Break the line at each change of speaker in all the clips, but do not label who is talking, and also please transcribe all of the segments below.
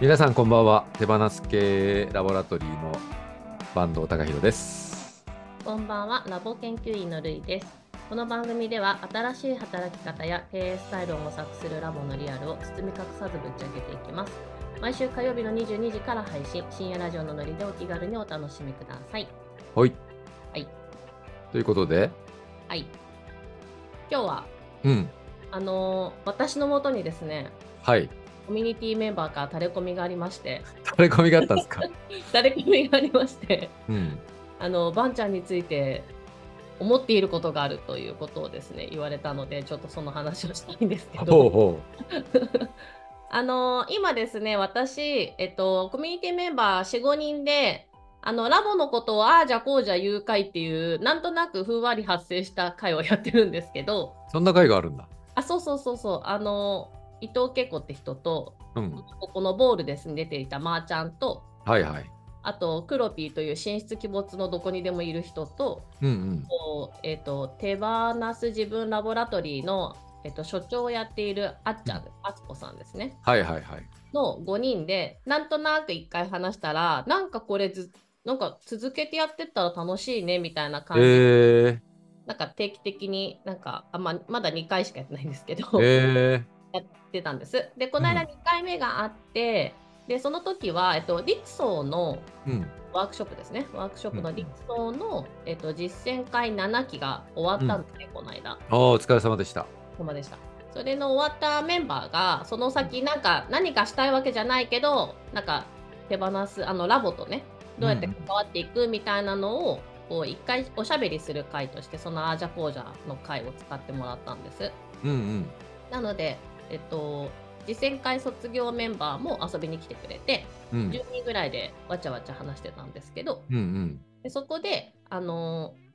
皆さんこんばんは手放す系ラボラトリーの坂東隆弘です
こんばんは、ラボ研究員のるいです。この番組では、新しい働き方や経営スタイルを模索するラボのリアルを包み隠さずぶっちゃけていきます。毎週火曜日の22時から配信、深夜ラジオのノリでお気軽にお楽しみください。
はい
はい
ということで
はい。今日は、
うん
あのー私のもとにですね、
はい
コミュニティメンバーからタレコミがありまして、
垂れ込みがあったん ですか
タレコミがありまして、
うん
あのバンちゃんについて思っていることがあるということをですね言われたのでちょっとその話をしたいんですけ
ほう
ど
ほ
あの今ですね私、えっと、コミュニティメンバー45人であのラボのことをああじゃこうじゃ言う会っていうなんとなくふんわり発生した会をやってるんですけど
うそんな回があるんだ
あそうそうそうそうあの伊藤恵子って人と
うん
ここのボールですに出ていたまーちゃんと
はいはい
あとクロピーという神出鬼没のどこにでもいる人と
うんうん
こうえっと手放す自分ラボラトリーの、えっと所長をやっているあっちゃん、あつこさんですね
はいはいはい
の5人でなんとなく1回話したらなんかこれずなんか続けてやってったら楽しいねみたいな感じ、
え
なんか定期的になんかあ、まあまだ2回しかやってないんですけど、
ー、え
やってたんですでこの間
うん
2回目があって、でその時は、えっと、ディクソーの
ー、うん
ワークショップですねワークショップ
う
の
ん
ディクソーの、えっと、実践会7期が終わったんですね、この間。
あーお疲れ様でした
ほんまでした。それの終わったメンバーがその先なんか何かしたいわけじゃないけどなんか手放すあのラボとねどうやって関わっていくみたいなのをこう一回おしゃべりする会としてそのあーじゃこうじゃの会を使ってもらったんです。
うんうん
なのでえっと実践会卒業メンバーも遊びに来てくれて
うん
10人ぐらいでわちゃわちゃ話してたんですけど
うんうん
でそこで、あのー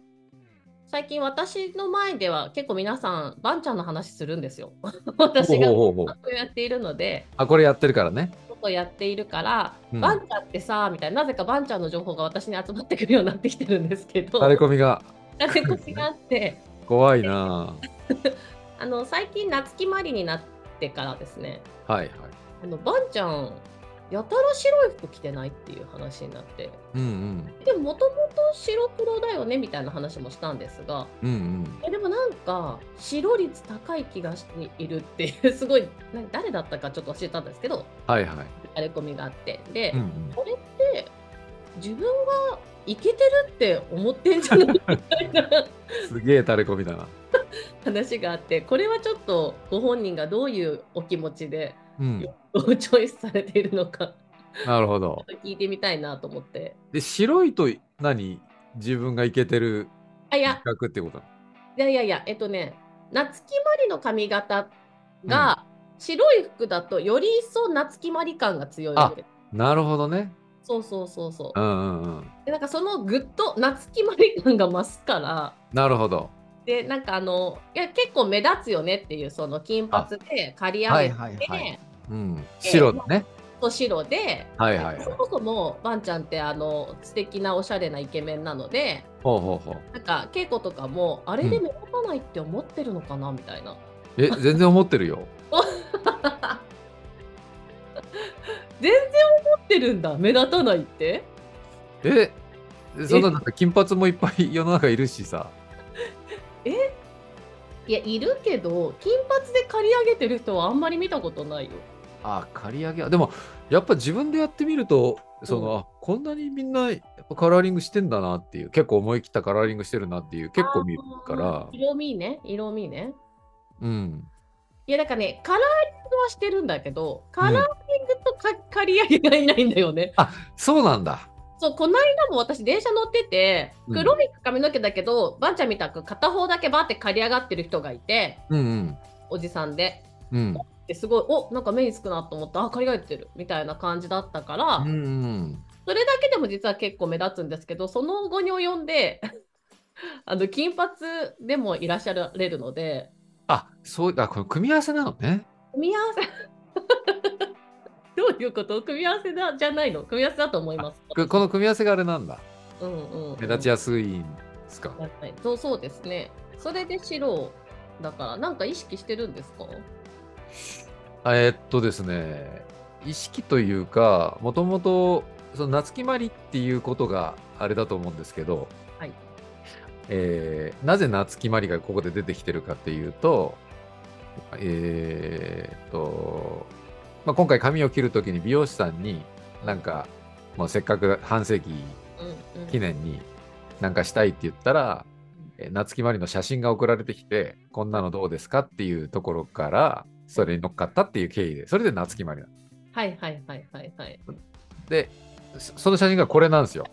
最近私の前では結構皆さん、バンちゃんの話するんですよ。私が
ほうほうほうほう
番組をやっているので、
あこれやってるからね
ことをやっているから、
うん
バンちゃんってさ、みたいな、なぜかバンちゃんの情報が私に集まってくるようになってきてるんですけど、
垂れ込みが
なぜか違って、
怖いな
あの最近、夏木マリになってからですね、
あはいはい
あのバンちゃん、やたら白い服着てないっていう話になって、
うん
でもともと白黒だよねみたいな話もしたんですが、
うんうん
えでもなんか白率高い気がしているっていう すごいな誰だったかちょっと忘れたんですけど
うんはいはい
タレコミがあってで、
うんうん
これって自分がイケてるって思ってんじゃないみたいな
すげえ垂れ込みだな
話があって これはちょっとご本人がどういうお気持ちで
うん
どうチョイスされているのか
なるほど。
聞いてみたいなと思って
で、白いと何自分がいけてる
あい
比
や
較ってことない
やいやいやえっとね夏木マリの髪型が白い服だとより一層夏木マリ感が強いわけ
のなるほどね。
そうそうそうそ
う。
う
んうんうん。
でなんかそのぐっと夏木マリ感が増すから
なるほど。
でなんかあのいや結構目立つよねっていうその金髪で刈り上げて、
はいはいはいうん。白だね。
と白で、
はいはいはい
そ。もそもバンちゃんってあの素敵なおしゃれなイケメンなので
ほうほうほう。
なんか稽古とかもあれで目立たないって思ってるのかな、みたいな
え、全然思ってるよ。
全然思ってるんだ目立たないって
え、そんななんか金髪もいっぱい世の中いるしさ。
いやいるけど金髪で刈り上げてる人はあんまり見たことないよ
あ、刈り上げは。でも、やっぱ自分でやってみると、その、
うん
あこんなにみんなやっぱカラーリングしてんだなっていう、結構思い切ったカラーリングしてるなっていう、結構見るから
あー。色味ね色味ね
うん。
いやだからねカラーリングはしてるんだけどカラーリングとか、刈り上げがいないんだよね。
そうなんだ。
そうこの間も私電車乗ってて
うん
黒い髪の毛だけど、ばんちゃんみたく片方だけバーって刈り上がってる人がいて
うん
おじさんで。
うん。うん。
ですごいおなんか目につくなと思ったあ刈り上げてるみたいな感じだったから、
うんうん、
それだけでも実は結構目立つんですけどその後に及んで あの金髪でもいらっしゃられるので
あそうあこれ組み合わせなのね。
組み合わせ どういうこと組み合わせだじゃないの組み合わせだと思います。
くこの組み合わせがあれなんだ。
うんうんうん、
目立ちやすいんですか。
はいそうそうですね。それで白だからなんか意識してるんですか？
あえーっとですね意識というかもともとその夏木マリっていうことがあれだと思うんですけど、
はい
えーなぜ夏木マリがここで出てきてるかっていうとえーっと、まあ、今回髪を切る時に美容師さんになんかもうせっかく半世紀
うんうん
記念になんかしたいって言ったら、えー夏木マリの写真が送られてきてこんなのどうですかっていうところからそれに乗っかったっていう経緯でそれで夏木マリなんです
はいはいはいはいはい。
で、そその写真がこれなんですよ。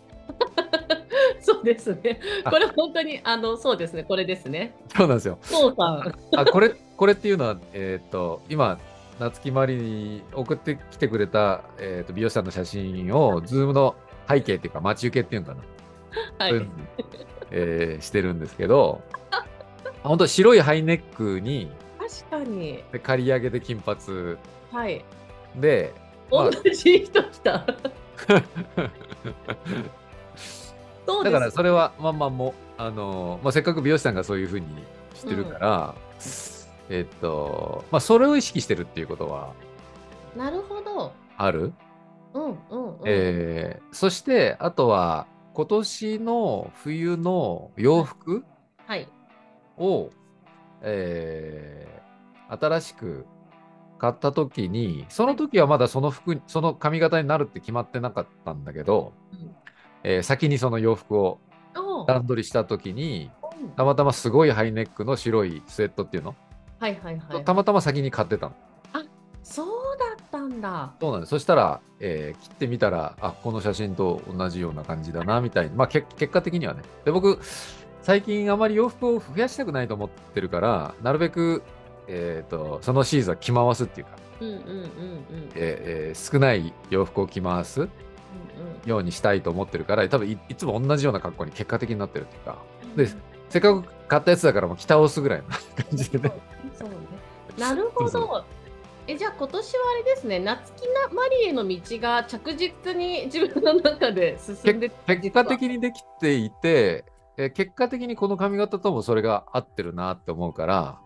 そうですね。
あ
これ本当にあのそうですね。これですね。
そうなんですよ。
そうさん。
あ、これ、 これっていうのは、えーっと、今、夏木マリに送ってきてくれた、えーっと美容師さんの写真を、ズームの背景っていうか、待ち受けっていうのかな。
は
そういう
い
の。にえーしてるんですけど、あ本当白いハイネックに、
確かに。
で刈り上げで金髪
はい。
で、まあ
同じ人来 た。そうで
だか
す。
らそれはまあまあもうあのー、まあ、せっかく美容師さんがそういうふうにしてるから、えっとまあそれを意識してるっていうことは
なるほど。
ある、
うんうんうん。
えーそしてあとは今年の冬の洋服
はい。
を、えー新しく買った時にその時はまだその服にその髪型になるって決まってなかったんだけど、
うん
えー先にその洋服を
おー
段取りした時に
うん
たまたますごいハイネックの白いスウェットっていうの、
はいはいはい。
たまたま先に買ってたの
そうだったんだ。
そうなんですそしたら、えー切ってみたらあこの写真と同じような感じだなみたいに、まあ、け結果的にはねで僕最近あまり洋服を増やしたくないと思ってるからなるべく、えー、とそのシーズンは着回すっていうか、
うんうんうんうん。
えーえー少ない洋服を着回すようにしたいと思ってるから多分いいつも同じような格好に結果的になってるっていうか
うんうん
でせっかく買ったやつだからもう着倒すぐらいの 感じでね
そうね。なるほ
そう
ど。えじゃあ今年はあれですね、夏木なマリへの道が着実に自分の中で進んで
結果的にできていて、えー結果的にこの髪型ともそれが合ってるなって思うから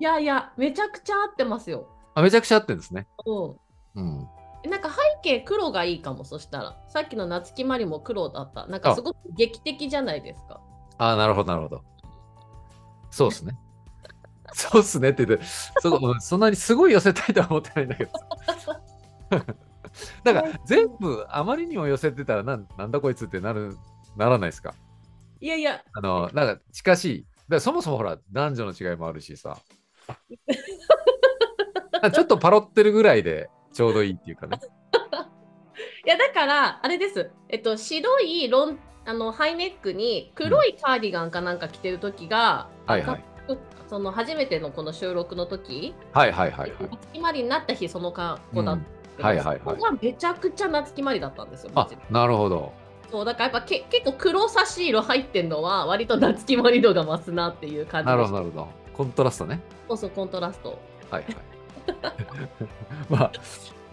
いやいや、めちゃくちゃ合ってますよ。
あめちゃくちゃ合ってるんですね。
うん
うん、
なんか背景黒がいいかもそしたらさっきの夏木マリも黒だったなんかすごく劇的じゃないですか
ああなるほどなるほど。そうですね。そうっすねって言ってそ,、うんそんなにすごい寄せたいとは思ってないんだけど。 だから全部あまりにも寄せてたらなんなんだこいつってなるならないですか。
いやいや
あのなんか近しい。だからそもそもほら男女の違いもあるし さ。ちょっとパロってるぐらいでちょうどいいっていうかね。
いやだからあれですえっと白いロンあのハイネックに黒いカーディガンかなんか着てる時が、
はいはい。
その初めてのこの収録の時、
はいはいはいはい。
夏木マリになった日その格好だったんです
う
けど
んはいはいはい
そこがめちゃくちゃ夏木マリだったんですよ
あなるほど。
そうだからやっぱけ結構黒差し色入ってんのは割と夏木マリ度が増すなっていう感じ
な
で
る
し
ほ
た
どなるほど。コントラストね。
そうそうコントラスト
はい はい。まあ、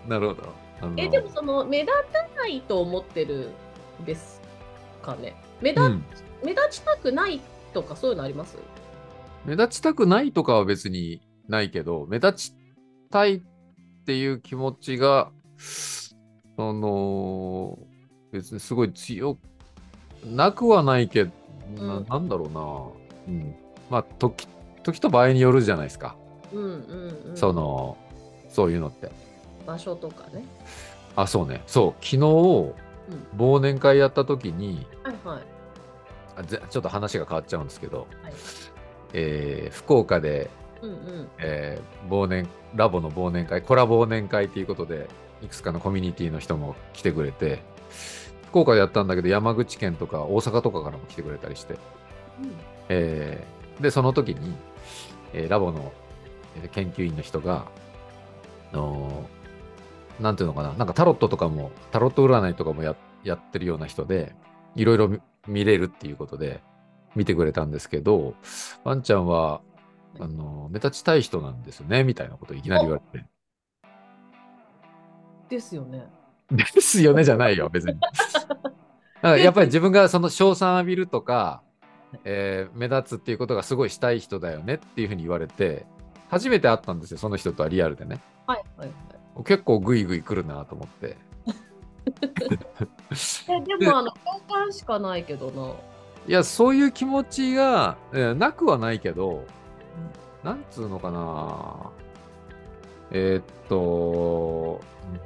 なるほど。あの
えでもその目立たないと思ってるんですかね目立,、
うん、
目立ちたくないとかそういうのあります
目立ちたくないとかは別にないけど、目立ちたいっていう気持ちが、その、別にすごい強くなくはないけど、な
うん
なんだろうな。うん。まあ、時、時と場合によるじゃないですか。
うんうん、うん、
その、そういうのって。
場所とかね
あ、そうね。そう、昨日、忘年会やった時に、
はいはい
あぜちょっと話が変わっちゃうんですけど、
はい
えー福岡で、
うんうん
えー忘年ラボの忘年会コラ忘年会ということでいくつかのコミュニティの人も来てくれて福岡でやったんだけど山口県とか大阪とかからも来てくれたりして、
うん
えーでその時に、えーラボのえー研究員の人があのーなんていうのかななんかタロットとかもタロット占いとかもややってるような人でいろいろ見見れるっていうことで見てくれたんですけどワンちゃんはあのー目立ちたい人なんですねみたいなことをいきなり言われて
ですよね
「ですよね」じゃないよ別に。なんかやっぱり自分がその賞賛浴びるとか、えー目立つっていうことがすごいしたい人だよねっていうふうに言われて初めて会ったんですよその人とはリアルでね。
はいはいはい
結構グイグイ来るなと思って。
えでもあの共感しかないけどな。
いや、そういう気持ちが、えーなくはないけど、なんつうのかな。えーっと、うん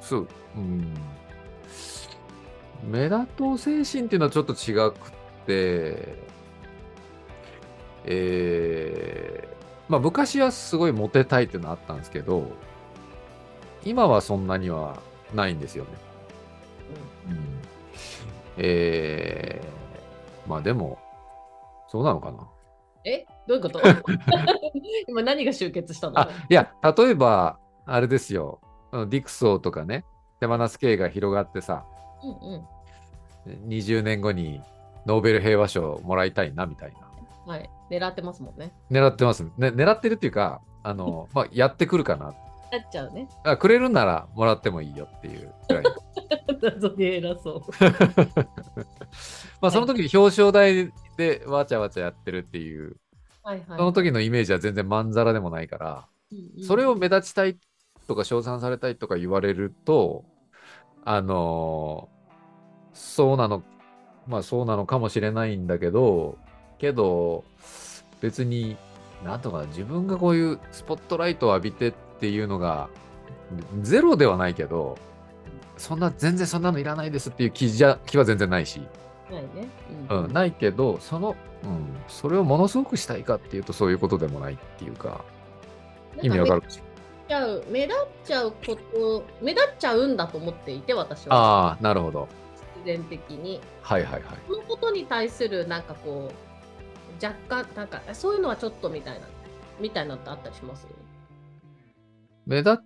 そう、うん。目立とう精神っていうのはちょっと違くって、えーまあ昔はすごいモテたいっていうのはあったんですけど、今はそんなにはないんですよね。うんえー、まあでも、そうなのかな。
えどう いうこと今何が集結したの
あ、いや、例えば、あれですよ、あのディクソーとかね、手放す系が広がってさ、
うんう
20年後にノーベル平和賞もらいたいなみたいな。
ん。はい。狙ってますもんね。
狙ってます。ね、狙ってるっていうか、あ の、まあ、やってくるかな。
なっちゃうね。
あくれるならもらってもいいよっていうくらい。
謎に偉そう。
まあ、その時表彰台でわちゃわちゃやってるっていう、
はいはい。
その時のイメージは全然まんざらでもないから、
うんうん
それを目立ちたいとか称賛されたいとか言われると、あのーそうなの、まあそうなのかもしれないんだけど、けど、別に、なんとかな自分がこういうスポットライトを浴びてっていうのが、ゼロではないけど、そんな、全然そんなのいらないですっていう気じゃ、気は全然ないし、
ないね。
うん、ないけど、その、うん、それをものすごくしたいかっていうとそういうことでもないっていうか、意味わか
る。
る
目立っちゃう目立っちゃうこと、目立っちゃうんだと思っていて、私は。
ああ、なるほど。
必然的に。
はいはいはい。
そのことに対する、なんかこう、若干、なんか、そういうのはちょっとみたいな、みたいなのってあったりします
目立っ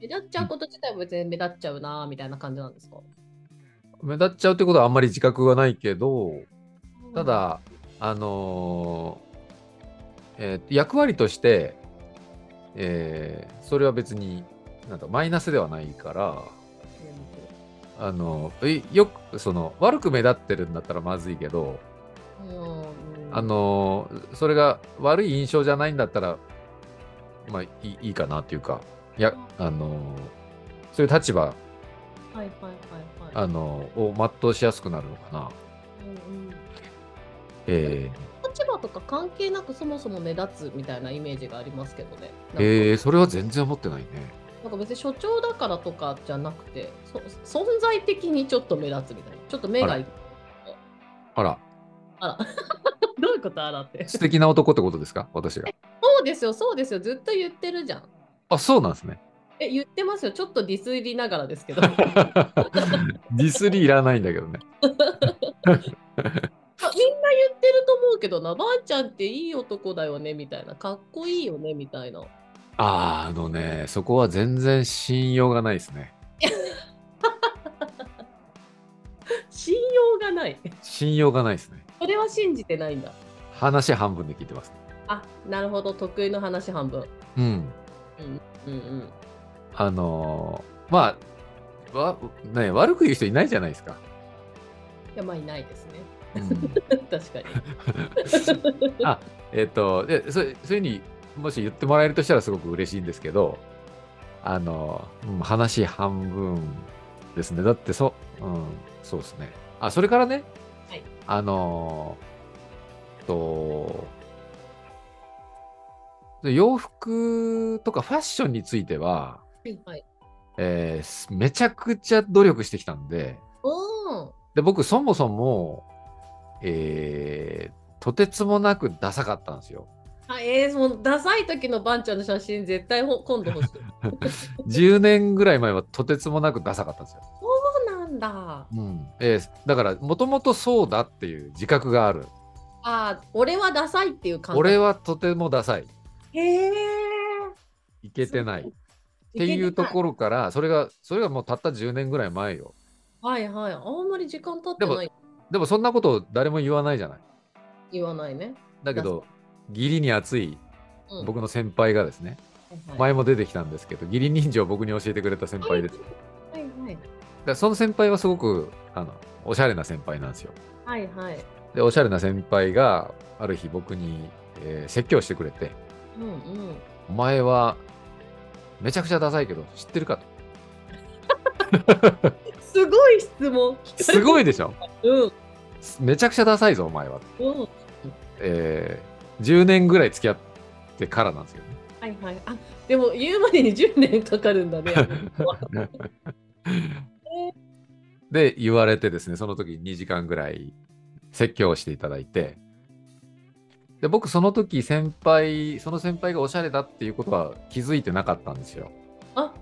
目立っちゃうこと自体は別に目立っちゃうな、みたいな感じなんですか
目立っちゃうってことはあんまり自覚はないけどた、だあのーえー役割として、えーそれは別になんだマイナスではないからあのえよくその悪く目立ってるんだったらまずいけど、
うん
あ、のーそれが悪い印象じゃないんだったらまあいいいいかなっていうかいやあのーそういう立場、
はいはいはいはい。
あのーを全うしやすくなるのかな。
うんうん
えー
立場とか関係なくそもそも目立つみたいなイメージがありますけどね。なんか
えー、それは全然思ってないね。
なんか別に所長だからとかじゃなくてそ存在的にちょっと目立つみたいなちょっと目が
あ
い
らあら、
あらどういうことあらってそ
素敵な男ってことです か私が。
うですよそうですよずっと言ってるじゃん
あ、そうなんですね。
え言ってますよちょっとディス入りながらです けど
ディスリーいらないんだけどね。
まあみんな言ってると思うけどなばあちゃんっていい男だよねみたいなかっこいいよねみたいな
あーあのね、そこは全然信用がないですね。
信用がない
信用がないですね。
それは信じてないんだ
話半分で聞いてます。
あなるほど得意の話半分
うん。
うんうん
あのーまあ、わね、悪く言う人いないじゃないですか。
いやまあいないですね
うん
確かに
あえっ、とでそれそういうふうにもし言ってもらえるとしたらすごく嬉しいんですけどあの、うん話半分ですねだってそ,、うん、そうですねあそれからね、
はい
あのえっとで洋服とかファッションについては、
はいはい
えーすめちゃくちゃ努力してきたんで
うん
で僕そもそも、えーとてつもなくダサかったんですよ。
あえー、そのダサい時のバンちゃんの写真絶対ほ今度 欲しい。
10年ぐらい前はとてつもなくダサかったんですよ。
そうなんだ。あ
うんえーだからもともとそうだっていう自覚がある。
あー、俺はダサいっていう感じ。
俺はとてもダサい。
へえ。
いけてない。っ
そう
ていうところからそれがそれがもうたった10年ぐらい前よ。
はいはい。あんまり時間経ってない。
でもそんなことを誰も言わないじゃない。
言わないね。
だけど義理に熱い
うん、
僕の先輩がですね、
はい
前も出てきたんですけど義理人情を僕に教えてくれた先輩です。だか
はいはい
らその先輩はすごくあのおしゃれな先輩なんですよ。
はいはい。
でおしゃれな先輩がある日僕に、えー説教してくれて。
うんうん。
お前はめちゃくちゃダサいけど、知ってるかと。
すごい質問聞かれ
すごいでしょ
うん
めちゃくちゃダサいぞ、お前は。
うんは
えー、10年ぐらい付き合ってからなんですけどね。
いはいあでも言うまでに10年かかるん だね
で、言われてですね、その時に2時間ぐらい説教をしていただいて、で僕、その時先輩、その先輩がおしゃれだっていうことは気づいてなかったんですよ。
あ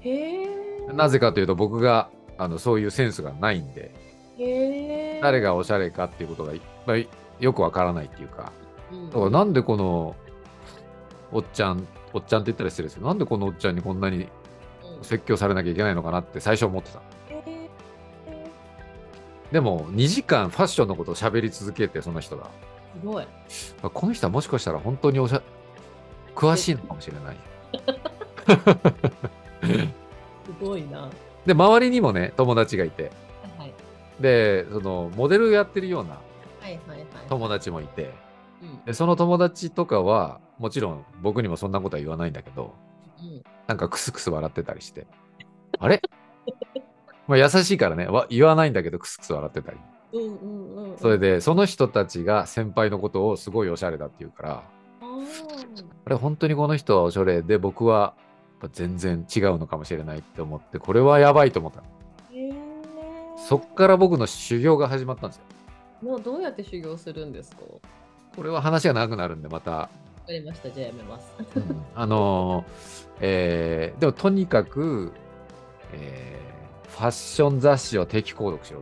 へえ
なぜかというと、僕があのそういうセンスがないんで、
へえ
誰がおしゃれかっていうことが、まあよくわからないっていうか、
うん
だからなんでこのおっちゃん、おっちゃんって言ったら失礼ですけど、なんでこのおっちゃんにこんなに
うん
説教されなきゃいけないのかなって最初思ってた。
へえ
でも2時間ファッションのことを喋り続けてその人が
すごい
あこの人はもしかしたら本当におしゃ詳しいのかもしれない
すごいなは
で周りにもね友達がいて
いはい
でそのモデルやってるような
はいはいはい
友達もいて
うん
でその友達とかはもちろん僕にもそんなことは言わないんだけど
うん
なんかクスクス笑ってたりしてあれ まあ優しいからねわ言わないんだけどクスクス笑ってたり
うんうんうんうん
それでその人たちが先輩のことをすごいおしゃれだって言うから
あー
あれ本当にこの人はおしゃれで僕はやっぱ全然違うのかもしれないって思ってこれはやばいと思った
へえ
そっから僕の修行が始まったんですよ
もうどうやって修行するんですかわ
これは話が長くなるんでまた、
かりましたじゃあやめます
あのーえーでもとにかく、えーファッション雑誌を定期購読しろ、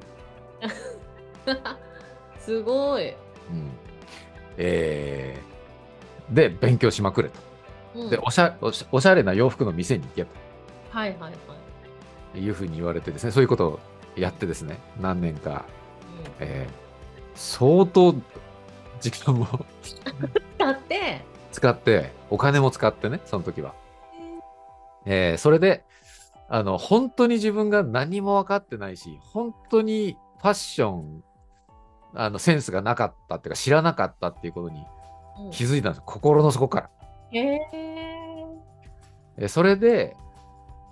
すごい、
うんえーで勉強しまくれと、
うん
でおしゃおしゃおしゃれな洋服の店に行け
はいはいはい、
というふうに言われてですねそういうことをやってですね何年かえー相当時間も
うん、だって
使ってお金も使ってねその時は、えーそれであの本当に自分が何も分かってないし本当にファッションあのセンスがなかったっていうか知らなかったっていうことに
うん
気づいたんです心の底から、
へえ
えーそれで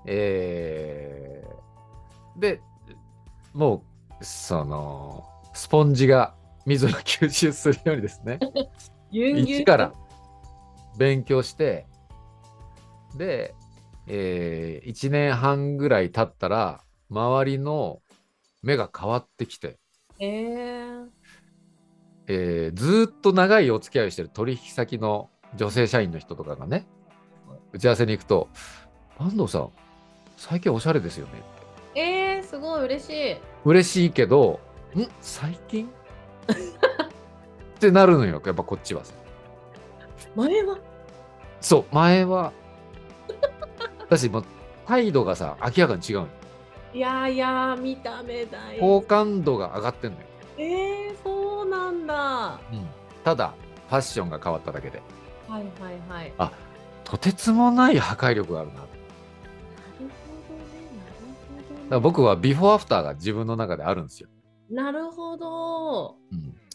えーでもうそのスポンジが水を吸収するようにですね
ぎゅうぎゅう
一から勉強して、で、え1年半ぐらい経ったら、周りの目が変わってきて、
へえ
えーずーっと長いお付き合いをしてる取引先の女性社員の人とかがね、打ち合わせに行くと、安藤さん、最近おしゃれですよねって。
えー、すごい嬉しい
嬉しいけど、ん最近ってなるのよ、やっぱこっちはさ。
前は
そう、前は。私、もう態度がさ、明らかに違うのよ
いやいや見た目だ
好
よ
感度が上がってんのよ。
えー、そうなんだは
ただ、ファッションが変わっただけで。
いはいはいなる
とてつもない破壊力があるな。だか
ほどねなるほどね
ら僕はビフォーアフターが自分の中であるんですよ。
なるほど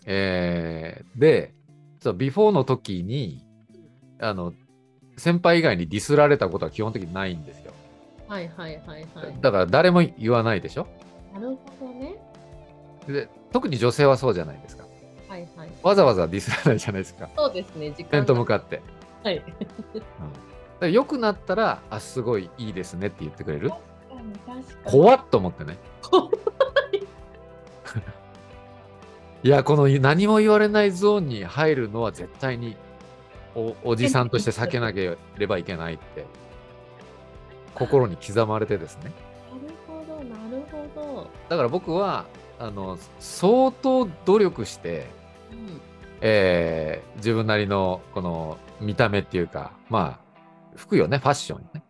えーで、そうビフォーの時に、あの、先輩以外にディスられたことは基本的にないんですよ。
はいはいはいはい
だから誰も言わないでしょ
なるほどね
で特に女性はそうじゃないですか。
はいはい
わざわざディスらないじゃないですか。
そうですね時間
面と向
っ
かって。
てはい
で良くなったら、あ、すごいいいですねって言ってくれる。
確かに確かに
怖っと思ってね。
怖
いや、この何も言われないゾーンに入るのは絶対におおじさんとして避けなければいけないって、心に刻まれてですね。
なるほどなるほど
だから僕は、あの、相当努力して、
うん
えー自分なりのこの見た目っていうか、まあ、服よね、ファッションね。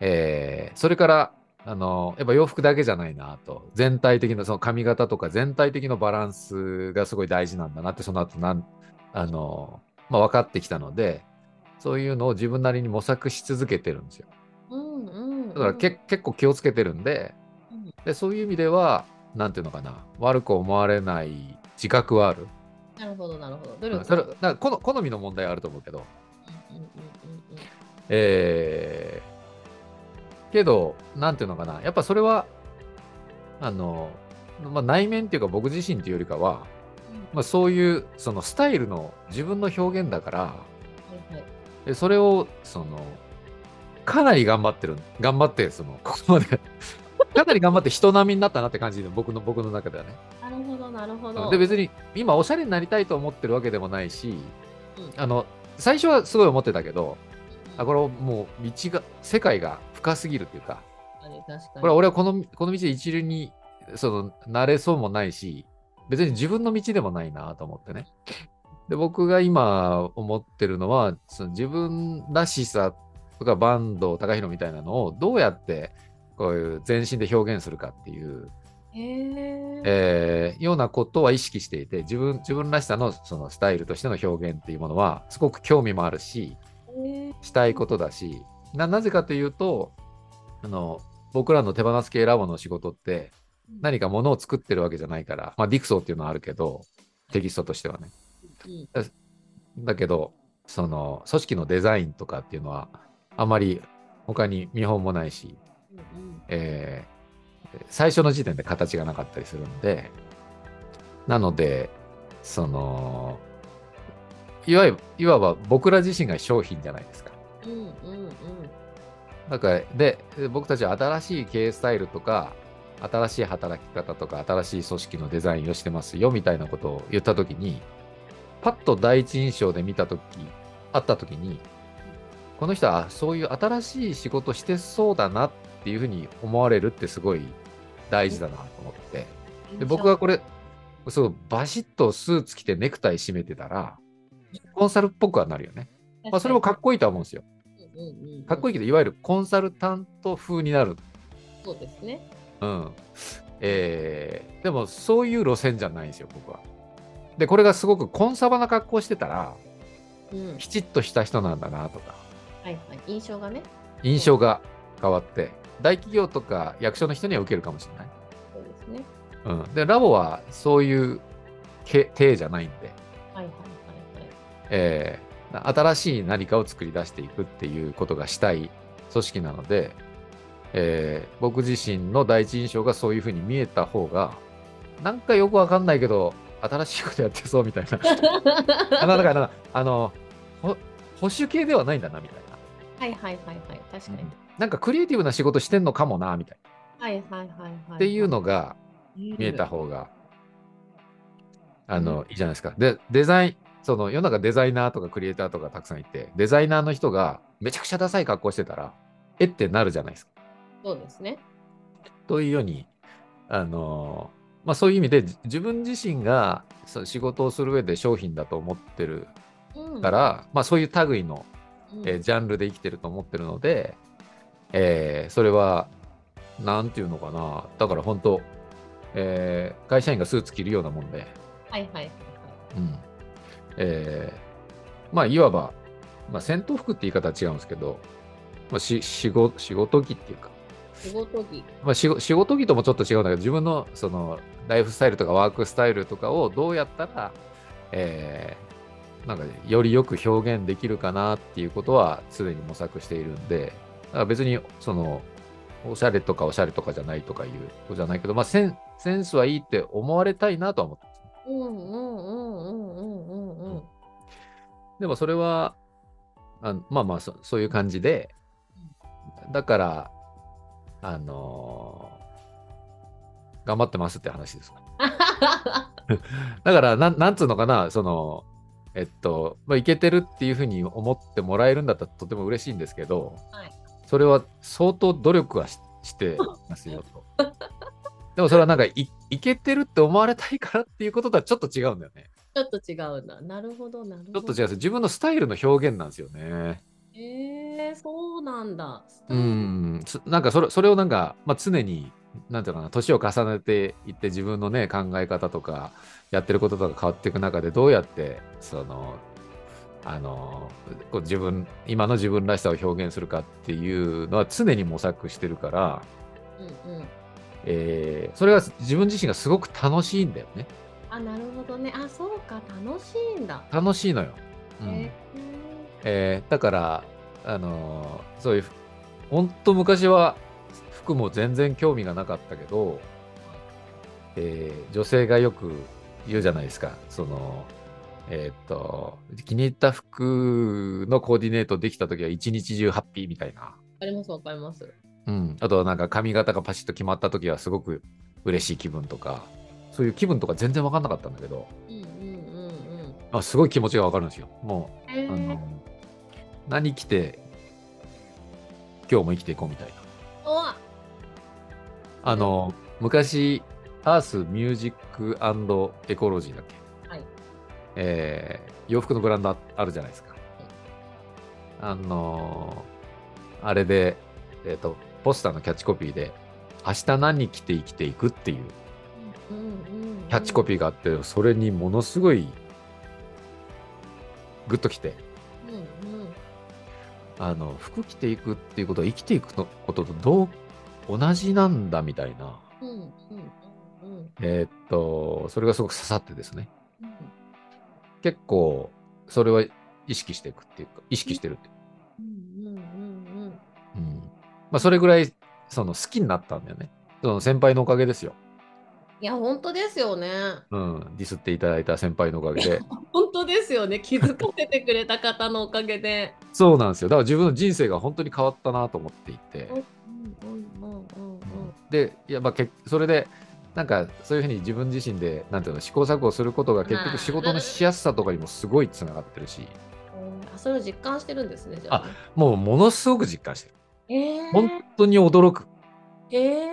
えーそれから、あの、やっぱ洋服だけじゃないなと、全体的な、その髪型とか全体的なバランスがすごい大事なんだなって、その後なん、あの、まあ、分かってきたので、そういうのを自分なりに模索し続けてるんですよ。
うんうん、
だからけ、結構気をつけてるんで
うん、
で、そういう意味では、なんていうのかな、悪く思われない自覚はある。
なるほどなるほど努
うん
力
それなんかこの好みの問題はあると思うけど
うんうんうんうんうん
えーけど、なんていうのかな、やっぱそれは、あの、まあ、内面っていうか僕自身っていうよりかは、まあ、そういうそのスタイルの自分の表現だから、
はいはい
でそれをそのかなり頑張ってる頑張ってそのこ こまでかなり頑張って人並みになったなって感じで僕の僕の中ではね。
なるほど、なるほど。
で別に今おしゃれになりたいと思ってるわけでもないし、
うん
あの最初はすごい思ってたけどあこれもう道が世界が深すぎるっていうか
確かに確かに
これは俺はこのこの道で一流にそのなれそうもないし別に自分の道でもないなと思ってねで僕が今思ってるのはその自分らしさとかバンド高弘みたいなのをどうやってこういう全身で表現するかっていう、
へえ。
えーようなことは意識していて自分自分らしさのそのスタイルとしての表現っていうものはすごく興味もあるし
へえ
したいことだしななぜかというとあの僕らの手放す系ラボの仕事って何か物を作ってるわけじゃないから、まあ、ディクソーっていうのはあるけどテキストとしてはね
うん
だけどその組織のデザインとかっていうのはあまり他に見本もないし、
うん
えー最初の時点で形がなかったりするのでなのでそのいわゆるいわば僕ら自身が商品じゃないですか。
うんうんうん
なんかで僕たちは新しい経営スタイルとか新しい働き方とか新しい組織のデザインをしてますよみたいなことを言った時にパッと第一印象で見た時会った時にこの人はあそういう新しい仕事してそうだなっていうふうに思われるってすごい大事だなと思って
うん。
で僕がこれそうバシッとスーツ着てネクタイ締めてたらコンサルっぽくはなるよね、まあ、それもかっこいいとは思うんですよかっこいいけ
い
ど、いわゆるコンサルタント風になる。
い。そうですね。
うん。えーでもそういう路線じゃないんですよ、僕は。で、これがすごくコンサバな格好してたら、
うん。
きちっとした人なんだなとか、
はいはい。印象がね。
印象が変わって、大企業とか役所の人には受けるかもしれない。
そうですね。
うん。で、ラボはそういうけ体じゃないんで、
はいはいはいはい。
えー新しい何かを作り出していくっていうことがしたい組織なので、えー僕自身の第一印象がそういうふうに見えた方がなんかよくわかんないけど新しいことやってそうみたい なあだからなあのほ保守系ではないんだなみたい
はいはいはいはい。確か
な、
に。
なんかクリエイティブな仕事してんのかもなみたいな、
はいはいはいはい。
っていうのが
見
見えた。方が、あの、いいじゃないですか。で、デザイン、その世の中デザイナーとかクリエイターとかたくさんいて、デザイナーの人がめちゃくちゃダサい格好してたら、えってなるじゃないですか。
そうですね。
というように、あのーまあそういう意味でじ自分自身がその仕事をする上で商品だと思ってる
うん
か、ら、まあそういう類の、
うん
えージャンルで生きてると思ってるので、えーそれは、なんていうのかな、だから本当、えー会社員がスーツ着るようなもんで、
はいはいはいはい。
うんえーまあいわば、まあ、戦闘服って言い方は違うんですけど、まあ、し仕事仕事着っていうか、
仕事着。
まあ、仕仕事着ともちょっと違うんだけど自分のそのライフスタイルとかワークスタイルとかをどうやったら、えーなんかねよりよく表現できるかなっていうことは常に模索しているんでだから別にそのおしゃれとかおしゃれとかじゃないとかいうことじゃないけど、まあ、センセンスはいいって思われたいなとは思って
うんうんうんうんうんうんうん。
でもそれは、あまあまあそ、そういう感じで、だから、あのー頑張ってますって話 です。だから、なんなんつうのかな、その、えっと、まあ、いけてるっていうふうに思ってもらえるんだったらとても嬉しいんですけど、
はい
それは相当努力はししてますよと。 でもそれはなんかい、いけてるって思われたいからっていうこととはちょっと違うんだよね。
ちょっと違うな。なるほどなるほ
ちょ
ど。
っと違うんです。自分のスタイルの表現なんですよね。
えー、そうなんだ。
う。ん、つなんかそれそれをなんか、まあ、常に、なんていうのかな、年を重ねていって、自分のね、考え方とか、やってることとか変わっていく中で、どうやって、その、あの、こう自分、今の自分らしさを表現するかっていうのは常に模索してるから、
うんうん。
えーそれが自分自身がすごく楽しいんだよね。
あ、なるほどね。あ、そうか。楽しいんだ。
楽しいのよ。うん
へ
えーだから、あのーそういう本当昔は服も全然興味がなかったけど、えー女性がよく言うじゃないですかそのえーっと気に入った服のコーディネートできた時は一日中ハッピーみたいな、
かりますわかります
うん、あとはなんか髪型がパシッと決まった時はすごく嬉しい気分とかそういう気分とか全然分かんなかったんだけど、
うんうんうんうん
あ、すごい気持ちが分かるんですよもう
へ
あ
ー
の何着て今日も生きていこうみたいな。
うわ
あの昔アースミュージックエコロジーだっけ、
はい
えー洋服のブランドああるじゃないですか。あのあれで、えー、とポスターのキャッチコピーで「明日何着て生きていく」っていう
うんうんうん
キャッチコピーがあってそれにものすごいグッときて。
うんうん
あの服着ていくっていうことは生きていくのこととどう同じなんだみたいな、
うんうんうんうん
えーっとそれがすごく刺さってですね
うん
結構それは意識していくっていうか意識してるっていう、
うんうんうんう
う
ん
んまあ、それぐらいその好きになったんだよねその先輩のおかげですよ、
いや本当ですよね
うん、ディスっていただいた先輩のおかげで
本当ですよね気づかせてくれた方のおかげで
そうなんですよだから自分の人生が本当に変わったなと思っていて、
うんうんうんうん
でやっぱけそれでなんかそういうふうに自分自身でなんていうの試行錯誤することが結
まあ
局仕事のしやすさとかにもすごいつながってるし
うんあそれを実感してるんですねじゃあね
もうものすごく実感してる
えー
本当に驚く
えー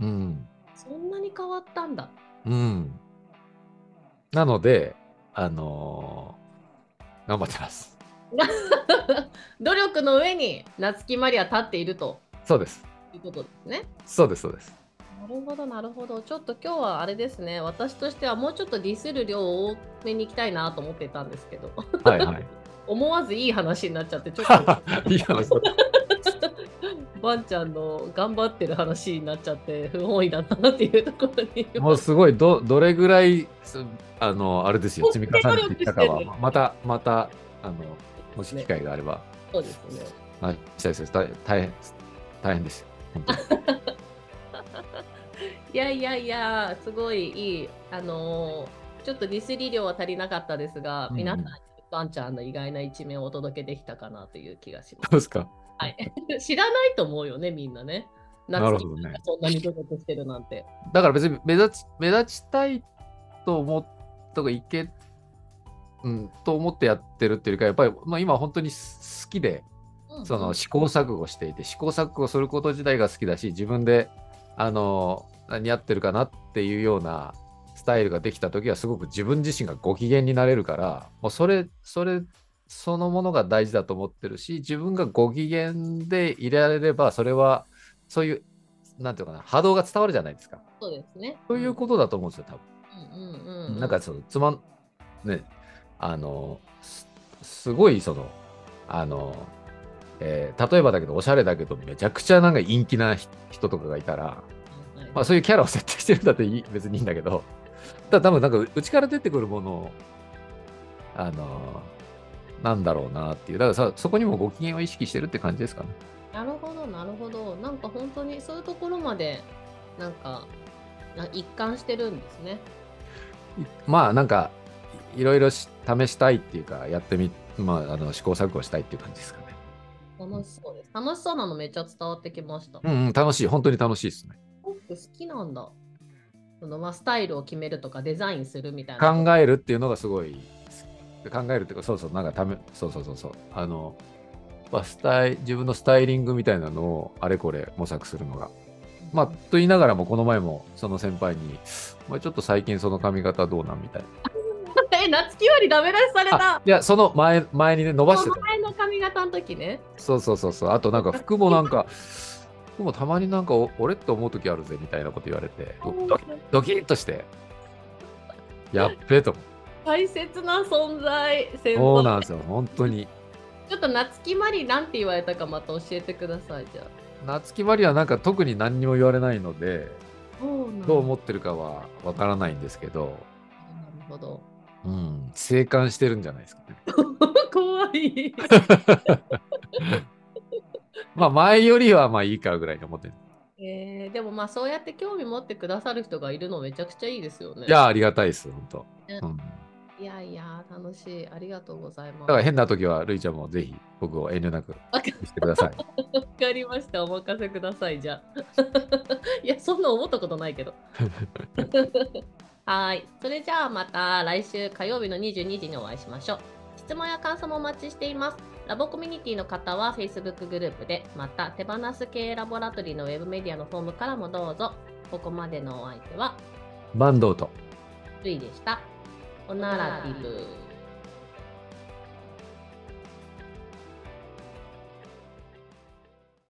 うん
そんなに変わったんだ
うんなのであのー頑張ってます
努力の上に夏木マリア立っていると
そうです
いうことですね。
そうですそうです
なるほどなるほどちょっと今日はあれですね私としてはもうちょっとディスる量を多めにいきたいなと思ってたんですけど
はいは
思わずいい話になっちゃってちょっ と
いいい話だ
ばんちゃんの頑張ってる話になっちゃって不本意だなっていうところに
もうすごいどどれぐらいすあのあれですよ積み重ねていった か
努力して
は
る
またまたあのもし機会があれば
そうですね
はい、したいです。大大変です、大変です。 本当に
いやいやいやすごいいいあのーちょっとディスり量は足りなかったですが、
うんうん
皆さんにばんちゃんの意外な一面をお届けできたかなという気がします
どうですか。
知らないと思うよね、みんなね。
なるほどね
夏希そんなに努力してるなんて。
だから別に目立ち目立ちたいと思っとかいけ、うん、と思ってやってるっていうよりかやっぱりまあ今本当にす好きでその試行錯誤していて試行錯誤すること自体が好きだし自分であの何やってるかなっていうようなスタイルができた時はすごく自分自身がご機嫌になれるからもうそれそれそのものが大事だと思ってるし自分がご機嫌でいられればそれはそういうなんていうのかな波動が伝わるじゃないですか
そうですね。
ということだと思うんですよ多分。
うんうんうん、
なんかそのつまんねあのすすごいそのあの、えー例えばだけどおしゃれだけどめちゃくちゃなんか陰気なひ人とかがいたら、
はい
まあ、そういうキャラを設定してるんだっていい別にいいんだけどただ多分なんかう内から出てくるものをあのなんだろうなっていうだからさそこにもご機嫌を意識してるって感じですかね。
なるほど、なるほど。なんか本当にそういうところまで、なんか、な一貫してるんですね。
いまあなんかいいろいろし試したいっていうかやってみ、まあ、あの試行錯誤したいっていう感じですかね。
楽しそうです。楽しそうなのめっちゃ伝わってきました。
うん、うん、楽しい本当に楽しいですね。
僕好きなんだ。そのまあ、スタイルを決めるとかデザインするみたいな。
考えるっていうのがすごい好き考えるっていうかそうそうなんかためそうそうそうそうあのまあスタイ自分のスタイリングみたいなのをあれこれ模索するのがまあと言いながらもこの前もその先輩に「お前ちょっと最近その髪型どうなん?」みたいな
え、夏木よりダメ出しされ
あ
た。
いやその前前にね伸ばしてた
前の髪型の時ね。
そうそうそうそうあとなんか服もなんか服もたまになんかお俺って思う時あるぜみたいなこと言われてドキドキッとしてやっべえと思って
大切な存在先輩
そうなんですよ本当に。
ちょっと夏木マリなんて言われたかまた教えてくださいじゃあ
夏木マリはなんか特に何にも言われないので
そうなん
どう思ってるかはわからないんですけど、
なるほど
ううん、生還してるんじゃないですかね。
怖い。
まあ、前よりはまあいいかぐらいに思ってる。
えー、でもまあそうやって興味持ってくださる人がいるのめちゃくちゃいいですよね。
いやあ、ありがたいです、本当。
ね
うん、だ
いやいや楽しい。ありがとうございます。
から変な時は、るいちゃんもぜひ僕を遠慮なく
わか
してください。
わかりました。お任せください。じゃあ。 いや、そんな思ったことないけど。はい。それじゃあまた来週火曜日の22時にお会いしましょう。質問や感想もお待ちしています。ラボコミュニティの方は Facebook グループで、また手放す系ラボラトリーのウェブメディアのフォームからもどうぞ。ここまでのお相手は、
バンドと。
ルイでした。おならビブ。